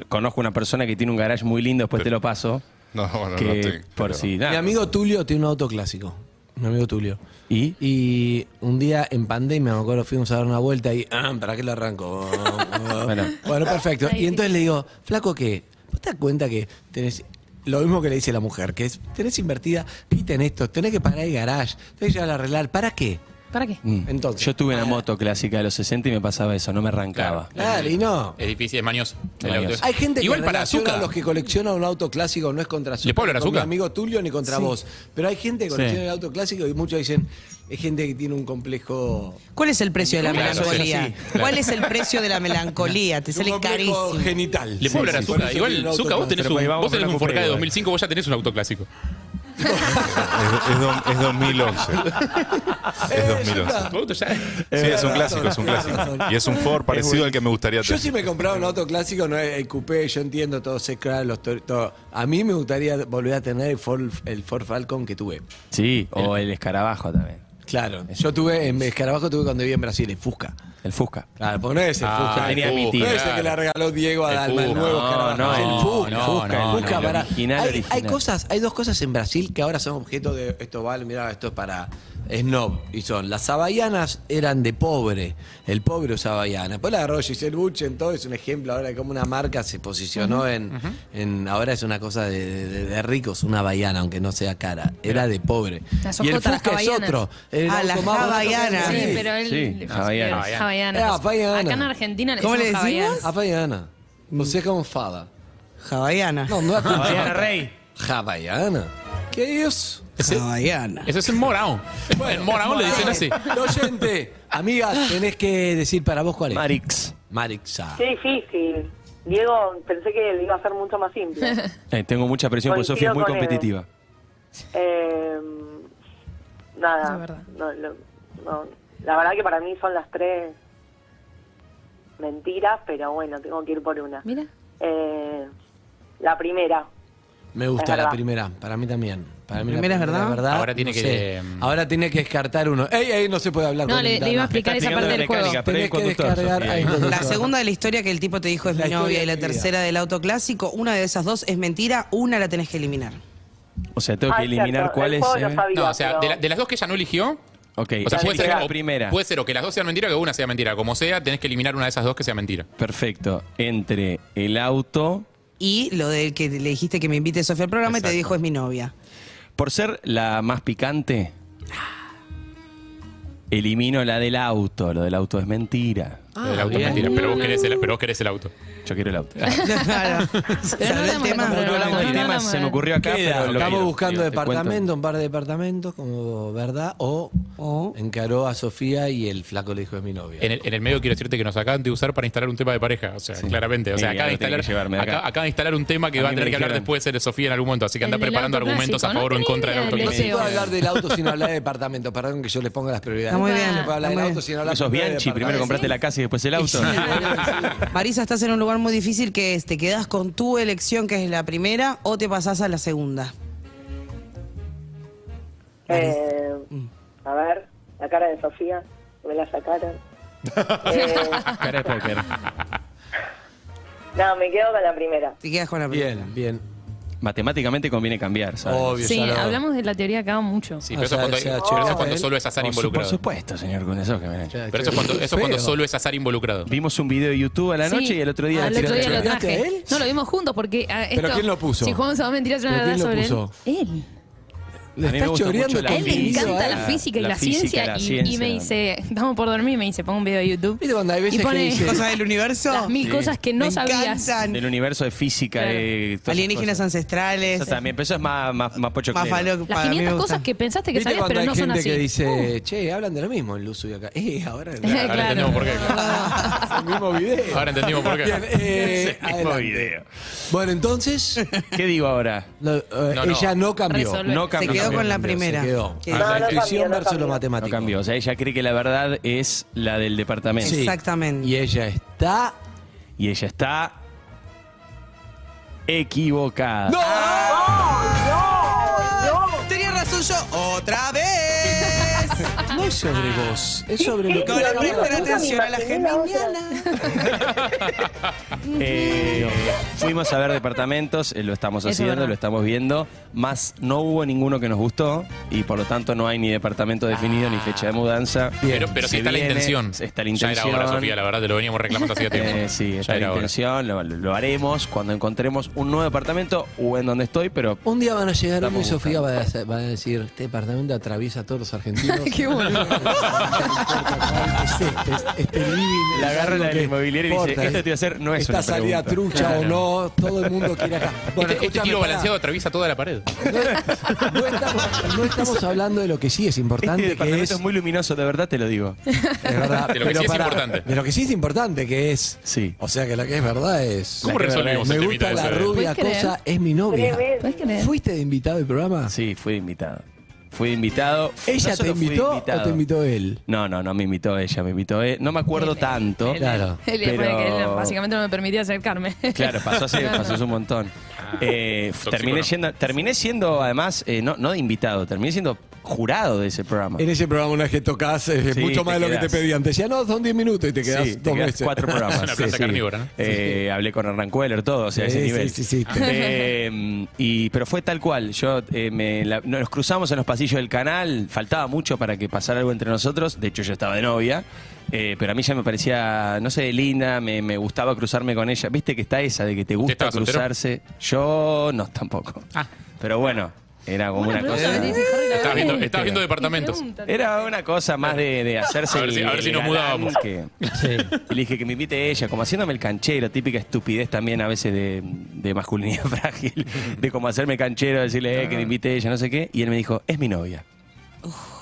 Speaker 8: Conozco una persona que tiene un garage muy lindo, después te lo paso.
Speaker 10: no, bueno,
Speaker 8: que
Speaker 10: no estoy.
Speaker 8: por
Speaker 10: pero-
Speaker 8: si nada.
Speaker 3: Mi amigo Tulio tiene un auto clásico. Mi amigo Tulio.
Speaker 8: ¿Y?
Speaker 3: Y un día en pandemia, me acuerdo, fuimos a dar una vuelta y, ah, ¿para qué lo arranco? Ah, ah.
Speaker 8: Bueno.
Speaker 3: bueno, perfecto. Y entonces le digo, flaco, ¿qué? ¿Vos te das cuenta que tenés lo mismo que le dice la mujer, que es, tenés invertida, quiten esto, tenés que pagar el garage, tenés que ir a arreglar, ¿para qué?
Speaker 5: ¿Para qué?
Speaker 8: Mm.
Speaker 3: Entonces,
Speaker 8: Yo tuve una moto clásica de los 60 y me pasaba eso, no me arrancaba.
Speaker 3: Claro, y no.
Speaker 6: Es difícil, es mañoso. El
Speaker 8: Mañoso.
Speaker 6: auto es-
Speaker 3: Hay gente
Speaker 6: Igual
Speaker 3: que
Speaker 6: para
Speaker 3: relaciona
Speaker 6: azúcar.
Speaker 3: a los que coleccionan un auto clásico, no es contra Azúcar.
Speaker 6: ¿Le puedo hablar a
Speaker 3: con mi
Speaker 6: Azúcar?
Speaker 3: amigo Tulio ni contra vos. Pero hay gente que
Speaker 8: Sí.
Speaker 3: colecciona el auto clásico y muchos dicen, es gente que tiene un complejo.
Speaker 4: ¿Cuál es el precio de la
Speaker 6: Claro,
Speaker 4: melancolía?
Speaker 6: sí, sí.
Speaker 4: ¿Cuál es el precio de la melancolía? Te
Speaker 3: un
Speaker 4: salen
Speaker 3: complejo
Speaker 4: carísimo.
Speaker 3: genital.
Speaker 6: Le puedo hablar a Zucca. Igual, Zucca, vos tenés
Speaker 8: Pero
Speaker 6: un,
Speaker 3: pues,
Speaker 8: ahí vamos
Speaker 6: vos
Speaker 8: a
Speaker 6: tenés
Speaker 8: una
Speaker 6: un
Speaker 8: copa
Speaker 6: Forca de
Speaker 8: igual.
Speaker 6: 2005, vos ya tenés un auto clásico.
Speaker 10: Es, es do- es 2011. Es 2011.
Speaker 6: Tu auto ya.
Speaker 3: Eh.
Speaker 10: Sí, es un clásico, es un clásico. Y es un Ford parecido al que me gustaría
Speaker 3: Yo
Speaker 10: tener.
Speaker 3: si me compraba un auto clásico, no el coupé, yo entiendo todo se crash, los to- todo. A mí me gustaría volver a tener el Ford, el Ford Falcon que tuve.
Speaker 8: Sí, o el escarabajo también.
Speaker 3: Claro. Yo tuve, en Escarabajo tuve cuando vivía en Brasil, el Fusca.
Speaker 8: El Fusca.
Speaker 3: Claro, pues no es el
Speaker 6: Ah,
Speaker 3: Fusca.
Speaker 8: tenía
Speaker 3: el
Speaker 8: mi
Speaker 3: Fusca.
Speaker 8: tío.
Speaker 3: No es el que le regaló Diego a
Speaker 6: El
Speaker 3: Dalma, el
Speaker 6: Fusca.
Speaker 3: nuevo
Speaker 8: No,
Speaker 3: Escarabajo.
Speaker 8: no,
Speaker 3: el Fusca.
Speaker 6: no,
Speaker 3: Fusca,
Speaker 6: no,
Speaker 3: el Fusca
Speaker 8: no, el
Speaker 3: para-
Speaker 8: original,
Speaker 3: hay,
Speaker 8: original.
Speaker 3: hay cosas, hay dos cosas en Brasil que ahora son objeto de esto vale, mirá, esto es para snob. Y son, las sabayanas eran de pobre. El pobre usaba habaiana. Después la agarró Giselle Buchen, todo es un ejemplo ahora de cómo una marca se posicionó en, en- ahora es una cosa de, de- de ricos, una habaiana, aunque no sea cara. Era de pobre.
Speaker 5: Las
Speaker 3: Y el
Speaker 5: ojotas, las
Speaker 3: Fusca es
Speaker 5: havaianas.
Speaker 3: otro. El
Speaker 4: Ah,
Speaker 3: auto
Speaker 4: las
Speaker 3: más barato que
Speaker 4: havaianas.
Speaker 3: hay.
Speaker 5: Sí,
Speaker 4: Sí,
Speaker 5: pero él.
Speaker 8: sí, hawaiana.
Speaker 5: Hawaiana. Hawaiana.
Speaker 3: Eh, hawaiana.
Speaker 5: Acá en Argentina le
Speaker 4: ¿Cómo le
Speaker 5: decimos
Speaker 4: decimos?
Speaker 5: hawaiana.
Speaker 3: Havaiana. No sé cómo fada.
Speaker 4: Javaiana.
Speaker 3: No, no es
Speaker 8: Mariana Rey.
Speaker 3: Havaiana. ¿Qué es?
Speaker 4: Javaiana.
Speaker 6: Eso es en Morao. en Morao le dicen así.
Speaker 3: Oyente, amiga, tenés que decir para vos cuál es.
Speaker 8: Marix.
Speaker 3: Marixa.
Speaker 9: Qué difícil. Diego, pensé que iba a ser mucho más simple.
Speaker 8: Eh, tengo mucha presión porque
Speaker 9: Coincido
Speaker 8: Sofía es muy
Speaker 9: con él.
Speaker 8: competitiva.
Speaker 9: Eh, nada.
Speaker 5: Es verdad.
Speaker 9: No, lo- no. La verdad que para mí son las tres mentiras, pero bueno, tengo que ir por una.
Speaker 5: Mira.
Speaker 9: Eh, la primera.
Speaker 3: Me gusta la
Speaker 9: Es verdad.
Speaker 3: primera, para mí también. Para mí
Speaker 4: ¿Primera es verdad?
Speaker 6: Ahora tiene que-
Speaker 3: sé. Ahora tiene que descartar uno. Ey, ey, no se puede hablar.
Speaker 5: No,
Speaker 3: con el
Speaker 5: le- le
Speaker 3: guitarra.
Speaker 5: iba a explicar
Speaker 8: Está
Speaker 5: esa parte del
Speaker 8: explicando la
Speaker 5: juego.
Speaker 8: mecánica.
Speaker 3: Tenés
Speaker 8: Aprende
Speaker 3: que
Speaker 8: el conductor,
Speaker 3: descargar
Speaker 8: Sofía.
Speaker 3: ahí, conductor.
Speaker 4: La segunda de la historia que el tipo te dijo es
Speaker 3: La
Speaker 4: mi novia
Speaker 3: historia
Speaker 4: y la
Speaker 3: de mi
Speaker 4: tercera del auto clásico, una de esas dos es mentira, una la tenés que eliminar.
Speaker 8: O sea, tengo
Speaker 9: Ah,
Speaker 8: que eliminar
Speaker 9: cierto,
Speaker 8: cuál
Speaker 9: el
Speaker 8: es.
Speaker 9: juego
Speaker 8: eh.
Speaker 9: lo sabía,
Speaker 6: No, o sea,
Speaker 9: pero-
Speaker 6: de, la- de las dos que ella no eligió.
Speaker 8: Ok,
Speaker 6: O sea,
Speaker 8: ella
Speaker 6: puede ser,
Speaker 8: eligió Eh, la
Speaker 6: o-
Speaker 8: primera.
Speaker 6: puede ser o que las dos sean mentira o que una sea mentira. Como sea, tenés que eliminar una de esas dos que sea mentira.
Speaker 8: Perfecto. Entre el auto.
Speaker 4: Y lo del que le dijiste que me invite Sofía al programa y te
Speaker 6: Exacto.
Speaker 4: dijo es mi novia.
Speaker 8: Por ser la más picante, elimino la del auto. Lo del auto es mentira.
Speaker 3: Ah,
Speaker 6: La del auto es mentira. Pero vos, querés el, pero vos querés el auto.
Speaker 8: Yo quiero el auto.
Speaker 4: Claro. ¿Salió el tema?
Speaker 5: Pero no hablamos de comprar
Speaker 8: No hablamos
Speaker 5: el auto,
Speaker 8: del
Speaker 5: no
Speaker 8: tema,
Speaker 5: hablamos
Speaker 8: se
Speaker 5: de-
Speaker 8: me ocurrió acá.
Speaker 3: Queda,
Speaker 8: pero lo
Speaker 3: Estamos
Speaker 8: quiero.
Speaker 3: buscando
Speaker 8: Digo, te cuento.
Speaker 3: departamento, un par de departamentos, como verdad, o,
Speaker 4: O-
Speaker 3: encaró a Sofía y el flaco le dijo es mi novia.
Speaker 6: En el, en el medio quiero decirte que nos acaban de usar para instalar un tema de pareja. O sea, claramente. O sea,
Speaker 8: Sí,
Speaker 6: acaba
Speaker 8: ahora
Speaker 6: de,
Speaker 8: tiene
Speaker 6: instalar,
Speaker 8: que llevarme de acá.
Speaker 6: acá- acaba de instalar un tema que
Speaker 8: A
Speaker 6: va a
Speaker 8: mí
Speaker 6: tener
Speaker 8: me
Speaker 6: que hablar
Speaker 8: dijeron-
Speaker 6: después de Sofía en algún momento. Así que
Speaker 5: El
Speaker 6: anda
Speaker 5: del
Speaker 6: preparando
Speaker 5: auto
Speaker 6: argumentos a
Speaker 5: clásico,
Speaker 6: favor
Speaker 5: no
Speaker 6: o en contra del
Speaker 5: tenía
Speaker 6: auto
Speaker 5: idea
Speaker 3: No se
Speaker 5: del
Speaker 6: clásico.
Speaker 3: puede hablar del auto sin hablar de departamento. Perdón que yo les ponga las prioridades.
Speaker 4: Está muy
Speaker 3: No
Speaker 4: bien,
Speaker 3: se puede hablar
Speaker 4: está
Speaker 3: del
Speaker 4: muy
Speaker 3: auto
Speaker 4: bien.
Speaker 3: sin hablar
Speaker 8: Sos
Speaker 3: de
Speaker 8: Bianchi, primero
Speaker 3: departamento.
Speaker 8: compraste la casa y después el auto.
Speaker 4: Marisa, estás en un lugar muy difícil que es, te quedás con tu elección, que es la primera, o te pasás a la segunda.
Speaker 9: Eh, a ver, la cara de Sofía, me la sacaron. Eh,
Speaker 8: Cara de póker.
Speaker 9: no, me quedo con la primera.
Speaker 4: Te quedas con la primera.
Speaker 3: Bien, bien.
Speaker 8: Matemáticamente conviene cambiar, ¿sabes?
Speaker 3: Obvio,
Speaker 5: Sí,
Speaker 3: ya lo-
Speaker 5: hablamos de la teoría acá mucho.
Speaker 6: Sí,
Speaker 3: O
Speaker 6: pero eso
Speaker 3: sea,
Speaker 6: es cuando,
Speaker 3: o sea,
Speaker 6: pero
Speaker 3: che,
Speaker 6: eso es
Speaker 3: no,
Speaker 6: cuando
Speaker 3: él-
Speaker 6: solo es
Speaker 8: Por, su-
Speaker 6: azar
Speaker 8: por
Speaker 6: involucrado.
Speaker 8: supuesto, señor, con eso que me-
Speaker 6: Pero eso es cuando, eso es cuando solo es azar involucrado.
Speaker 8: Vimos un video de YouTube a la noche
Speaker 5: Sí,
Speaker 8: y el otro día
Speaker 5: al
Speaker 8: le
Speaker 5: otro
Speaker 8: tiraste
Speaker 5: día lo
Speaker 8: la-
Speaker 3: ¿Tiraste
Speaker 5: traje.
Speaker 3: a él?
Speaker 5: No, lo vimos juntos porque. ah,
Speaker 3: ¿Pero
Speaker 5: esto-
Speaker 3: quién lo puso?
Speaker 5: Si jugamos a mentiras una
Speaker 3: ¿Pero
Speaker 5: verdad
Speaker 3: quién lo
Speaker 5: sobre él.
Speaker 3: puso?
Speaker 5: Él.
Speaker 3: Le
Speaker 8: A mí me
Speaker 3: estás
Speaker 8: gusta
Speaker 3: choreando ¿eh?
Speaker 8: mucho la
Speaker 5: A él le
Speaker 8: física.
Speaker 5: encanta la física y la,
Speaker 8: La física,
Speaker 5: ciencia,
Speaker 8: la
Speaker 5: y- y,
Speaker 8: ciencia.
Speaker 5: me dice, estamos por dormir, y me dice, pongo un video de YouTube.
Speaker 3: Viste cuando hay veces
Speaker 5: y pone
Speaker 3: que dice-
Speaker 4: ¿Cosas del universo?
Speaker 5: las mil
Speaker 8: Sí.
Speaker 5: cosas que no
Speaker 4: Me
Speaker 5: sabías.
Speaker 4: encantan.
Speaker 8: Del universo de física.
Speaker 5: Claro.
Speaker 8: De todas
Speaker 4: Alienígenas
Speaker 8: esas cosas.
Speaker 4: ancestrales.
Speaker 8: Eso también, pero eso es más, más, más pocho
Speaker 4: Más
Speaker 8: que negro.
Speaker 4: falopa,
Speaker 5: Las
Speaker 4: a mí me
Speaker 5: 500
Speaker 4: gusta.
Speaker 5: cosas que pensaste que
Speaker 3: ¿Viste
Speaker 5: sabías,
Speaker 3: cuando
Speaker 5: pero
Speaker 3: hay
Speaker 5: no son
Speaker 3: gente
Speaker 5: así.
Speaker 3: que dice, che, hablan de lo mismo en Luzu y acá. Eh, ahora.
Speaker 5: Claro.
Speaker 6: Ahora entendemos por qué.
Speaker 3: Es el mismo video.
Speaker 6: Ahora entendimos por qué.
Speaker 3: Bien, eh,
Speaker 8: Es el mismo
Speaker 3: adelante.
Speaker 8: video.
Speaker 3: Bueno, entonces,
Speaker 8: ¿Qué digo ahora?
Speaker 3: lo- eh,
Speaker 6: No, no.
Speaker 3: ella no cambió.
Speaker 5: Resolver.
Speaker 8: No
Speaker 4: Se
Speaker 8: cambió.
Speaker 4: quedó
Speaker 8: no
Speaker 4: con la
Speaker 8: cambió,
Speaker 4: primera.
Speaker 3: Se quedó. Ah,
Speaker 4: Que-
Speaker 9: No, no
Speaker 3: la intuición
Speaker 9: cambió, no
Speaker 3: versus lo
Speaker 9: cambió.
Speaker 8: No
Speaker 3: matemático.
Speaker 8: cambió. O sea, ella cree que la verdad es la del departamento.
Speaker 3: Sí.
Speaker 4: Exactamente.
Speaker 3: Y ella está.
Speaker 8: Y ella está equivocada.
Speaker 3: ¡No!
Speaker 4: Tenía razón yo otra vez.
Speaker 3: No es sobre vos, es sobre lo que...
Speaker 4: No le prestan atención a la
Speaker 9: imaginé la otra.
Speaker 4: geminiana.
Speaker 8: Eh, fuimos a ver departamentos, eh, lo estamos
Speaker 5: Eso es
Speaker 8: haciendo,
Speaker 5: verdad.
Speaker 8: lo estamos viendo, más no hubo ninguno que nos gustó y por lo tanto no hay ni departamento definido ni fecha de mudanza.
Speaker 6: Pero, pero sí
Speaker 8: Se
Speaker 6: está
Speaker 8: viene,
Speaker 6: la intención.
Speaker 8: Está la
Speaker 6: Ya
Speaker 8: intención.
Speaker 6: era hora, Sofía, la verdad, te lo veníamos reclamando hacía tiempo.
Speaker 8: Eh, sí,
Speaker 6: ya
Speaker 8: está la
Speaker 6: era hora.
Speaker 8: intención, lo, lo haremos cuando encontremos un nuevo departamento o en donde estoy, pero
Speaker 3: Un día van a llegar uno y
Speaker 8: Estamos
Speaker 3: Sofía va a, hacer- va a decir, este departamento atraviesa a todos los argentinos.
Speaker 5: Qué boludo.
Speaker 3: No importa cuál es este, es- este living.
Speaker 8: La
Speaker 3: es
Speaker 8: agarra
Speaker 3: algo
Speaker 8: la
Speaker 3: que
Speaker 8: inmobiliaria y dice,
Speaker 3: importa,
Speaker 8: esto te voy a hacer, no es
Speaker 3: Esta
Speaker 8: una
Speaker 3: salida
Speaker 8: pregunta.
Speaker 3: trucha o no, todo el mundo quiere acá. Bueno,
Speaker 6: este, este
Speaker 3: escúchame,
Speaker 6: tiro
Speaker 3: pará.
Speaker 6: balanceado atraviesa toda la pared.
Speaker 3: No estamos, no estamos hablando de lo que sí es importante,
Speaker 8: este
Speaker 3: que
Speaker 8: departamento
Speaker 3: es,
Speaker 8: es muy luminoso, de verdad te lo digo.
Speaker 3: es verdad,
Speaker 6: De lo que
Speaker 3: pero
Speaker 6: sí es
Speaker 3: pará,
Speaker 6: importante.
Speaker 3: De lo que sí es importante, que es.
Speaker 8: Sí.
Speaker 3: O sea que la que es verdad es.
Speaker 6: ¿Cómo
Speaker 8: La que
Speaker 6: resolvimos
Speaker 3: Me
Speaker 6: este
Speaker 3: gusta la
Speaker 6: ese?
Speaker 3: rubia
Speaker 5: ¿Puedes creer?
Speaker 3: cosa, es mi novia.
Speaker 5: ¿Puedes creer?
Speaker 3: ¿Fuiste de invitado al programa?
Speaker 8: Sí, fui invitado. Fui invitado.
Speaker 3: ¿Ella te
Speaker 8: No solo fui
Speaker 3: invitó o
Speaker 8: invitado.
Speaker 3: te invitó él?
Speaker 8: No, no, no me invitó ella, me invitó él. No me acuerdo tanto.
Speaker 5: Él-
Speaker 3: Claro.
Speaker 5: él- él- porque él
Speaker 8: pero-
Speaker 5: básicamente no me permitía acercarme.
Speaker 8: Claro, pasó hace, pasó hace un montón. Eh,
Speaker 6: Ah, Tóxico,
Speaker 8: terminé,
Speaker 6: ¿no?
Speaker 8: yendo, terminé siendo, además, eh, no, no de invitado, terminé siendo jurado de ese programa.
Speaker 3: En ese programa una vez que tocas es
Speaker 8: Sí,
Speaker 3: mucho
Speaker 8: te
Speaker 3: más de lo que te
Speaker 8: quedás.
Speaker 3: pedían. Te decían, no, son 10 minutos y te quedas
Speaker 8: Sí, te
Speaker 3: dos
Speaker 8: quedás
Speaker 3: meses.
Speaker 8: cuatro programas.
Speaker 6: Es una plaza carnívora, ¿no?
Speaker 8: Eh, Hablé con Hernán Cueller, todo, o sea,
Speaker 3: Sí,
Speaker 8: ese
Speaker 3: sí,
Speaker 8: nivel.
Speaker 3: sí, sí, te-
Speaker 8: Eh, y, pero fue tal cual. Yo eh, me la- Nos cruzamos en los pasillos del canal, faltaba mucho para que pasara algo entre nosotros. De hecho, yo estaba de novia. eh, pero a mí ya me parecía, no sé, linda, me, me gustaba cruzarme con ella. Viste que está esa de que te gusta
Speaker 6: estaba soltero?
Speaker 8: cruzarse. Yo no, tampoco.
Speaker 6: Ah.
Speaker 8: Pero bueno, era como una cosa.
Speaker 6: Estabas viendo,
Speaker 5: Pero-
Speaker 6: estabas viendo departamentos.
Speaker 8: Era una cosa más de, de hacerse.
Speaker 6: A ver si- a ver
Speaker 8: el
Speaker 6: si nos
Speaker 8: galán
Speaker 6: mudábamos.
Speaker 8: Que, Le dije que me invite ella, como haciéndome el canchero, típica estupidez también a veces de, de masculinidad frágil, de como hacerme canchero, decirle eh, que me invite ella, no sé qué. Y él me dijo, es mi novia.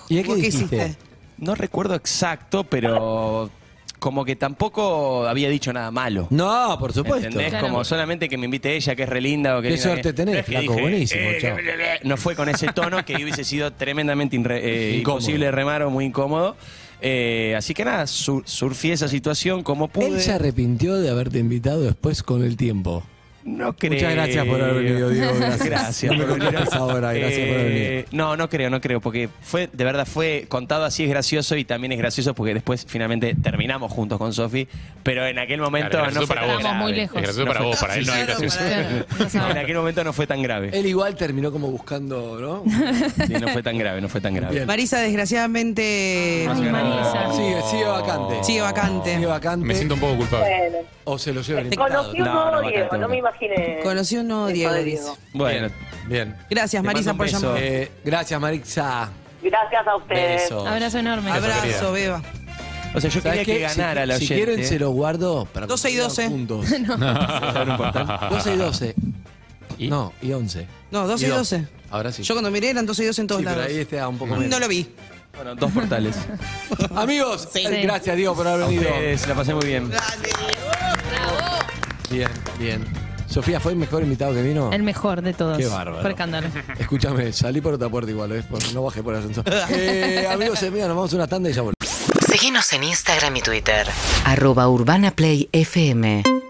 Speaker 3: ¿Y qué
Speaker 4: ¿Vos qué
Speaker 3: dijiste?
Speaker 4: hiciste?
Speaker 8: No recuerdo exacto, pero como que tampoco había dicho nada malo.
Speaker 3: No, por supuesto.
Speaker 8: ¿Entendés?
Speaker 5: Claro.
Speaker 8: Como solamente que me invite ella, que es relinda o que
Speaker 3: Qué
Speaker 8: linda que-
Speaker 3: suerte tenés,
Speaker 8: No es que
Speaker 3: flaco,
Speaker 8: dije, eh,
Speaker 3: buenísimo, chao.
Speaker 8: no fue con ese tono que hubiese sido tremendamente inre- eh,
Speaker 3: Incómodo.
Speaker 8: imposible de remar o muy incómodo. Eh, así que nada, sur- surfí esa situación como pude.
Speaker 3: Él se arrepintió de haberte invitado después con el tiempo.
Speaker 8: No creo.
Speaker 3: Muchas gracias por haber venido, Diego, gracias.
Speaker 8: Gracias.
Speaker 3: No me
Speaker 8: por venir. Eh,
Speaker 3: contarás ahora, gracias por haber venido.
Speaker 8: No, no creo, no creo, porque fue, de verdad, fue contado así es gracioso y también es gracioso porque después finalmente terminamos juntos con Sofi, pero en aquel momento
Speaker 6: Claro, es gracioso
Speaker 8: no fue
Speaker 6: para
Speaker 8: tan
Speaker 6: vos.
Speaker 8: grave.
Speaker 5: Estábamos
Speaker 6: Es
Speaker 5: muy lejos.
Speaker 6: gracioso
Speaker 8: No
Speaker 6: para
Speaker 8: fue-
Speaker 6: vos, para él no es
Speaker 4: Claro,
Speaker 6: gracioso.
Speaker 4: para él.
Speaker 5: No sabe.
Speaker 8: En aquel momento no fue tan grave.
Speaker 3: Él igual terminó como buscando, ¿no?
Speaker 8: Sí, no fue tan grave, no fue tan grave.
Speaker 3: Bien.
Speaker 4: Marisa, desgraciadamente.
Speaker 5: Ay, Marisa.
Speaker 3: Sigue, sigue vacante.
Speaker 4: Sigue vacante.
Speaker 3: Sigue vacante.
Speaker 6: Me siento un poco culpable.
Speaker 9: Bueno,
Speaker 3: O se lo lleva el invitado.
Speaker 9: conocí un
Speaker 8: No,
Speaker 9: nuevo
Speaker 8: no,
Speaker 9: Diego,
Speaker 8: bastante,
Speaker 9: no me imaginé.
Speaker 4: Conocí un nuevo
Speaker 9: eso
Speaker 4: Diego,
Speaker 9: de
Speaker 4: dice.
Speaker 8: Bueno,
Speaker 3: Bien.
Speaker 4: Gracias,
Speaker 8: Te
Speaker 4: Marisa,
Speaker 8: mando
Speaker 4: por
Speaker 8: un beso.
Speaker 4: llamar.
Speaker 3: Eh, gracias, Marixa.
Speaker 9: Gracias a ustedes.
Speaker 3: Besos.
Speaker 5: Abrazo enorme.
Speaker 4: Abrazo, Beba.
Speaker 8: o sea, yo
Speaker 3: ¿Sabés
Speaker 8: quería
Speaker 3: qué?
Speaker 8: que ganara
Speaker 3: si,
Speaker 8: la
Speaker 3: Si
Speaker 8: oyente.
Speaker 3: quieren, se lo guardo para
Speaker 4: 12 y 12.
Speaker 3: juntos.
Speaker 8: ¿Saben un portal?
Speaker 3: 12 y 12.
Speaker 6: ¿Y?
Speaker 3: No, y 11.
Speaker 4: No, 12 y 12.
Speaker 3: Ahora sí.
Speaker 4: Yo cuando miré eran 12 y 12 en todos
Speaker 3: Sí, pero
Speaker 4: lados.
Speaker 3: ahí este da un poco
Speaker 4: No
Speaker 3: menos.
Speaker 4: lo vi.
Speaker 8: Bueno, dos portales.
Speaker 3: Amigos,
Speaker 5: Sí.
Speaker 3: eh, gracias Diego por haber venido.
Speaker 8: Ustedes, la pasé muy bien.
Speaker 3: Bien, bien. Sofía, ¿fue el mejor invitado que vino?
Speaker 5: El mejor de todos.
Speaker 3: Qué bárbaro.
Speaker 5: Por escándalo.
Speaker 3: Escúchame, salí por otra puerta igual, ¿ves? Por- No bajé por el ascensor. Eh, amigos, amigos, nos vamos a una tanda y ya volvemos.
Speaker 1: Síguenos en Instagram y Twitter.
Speaker 2: arroba urbanaplayfm.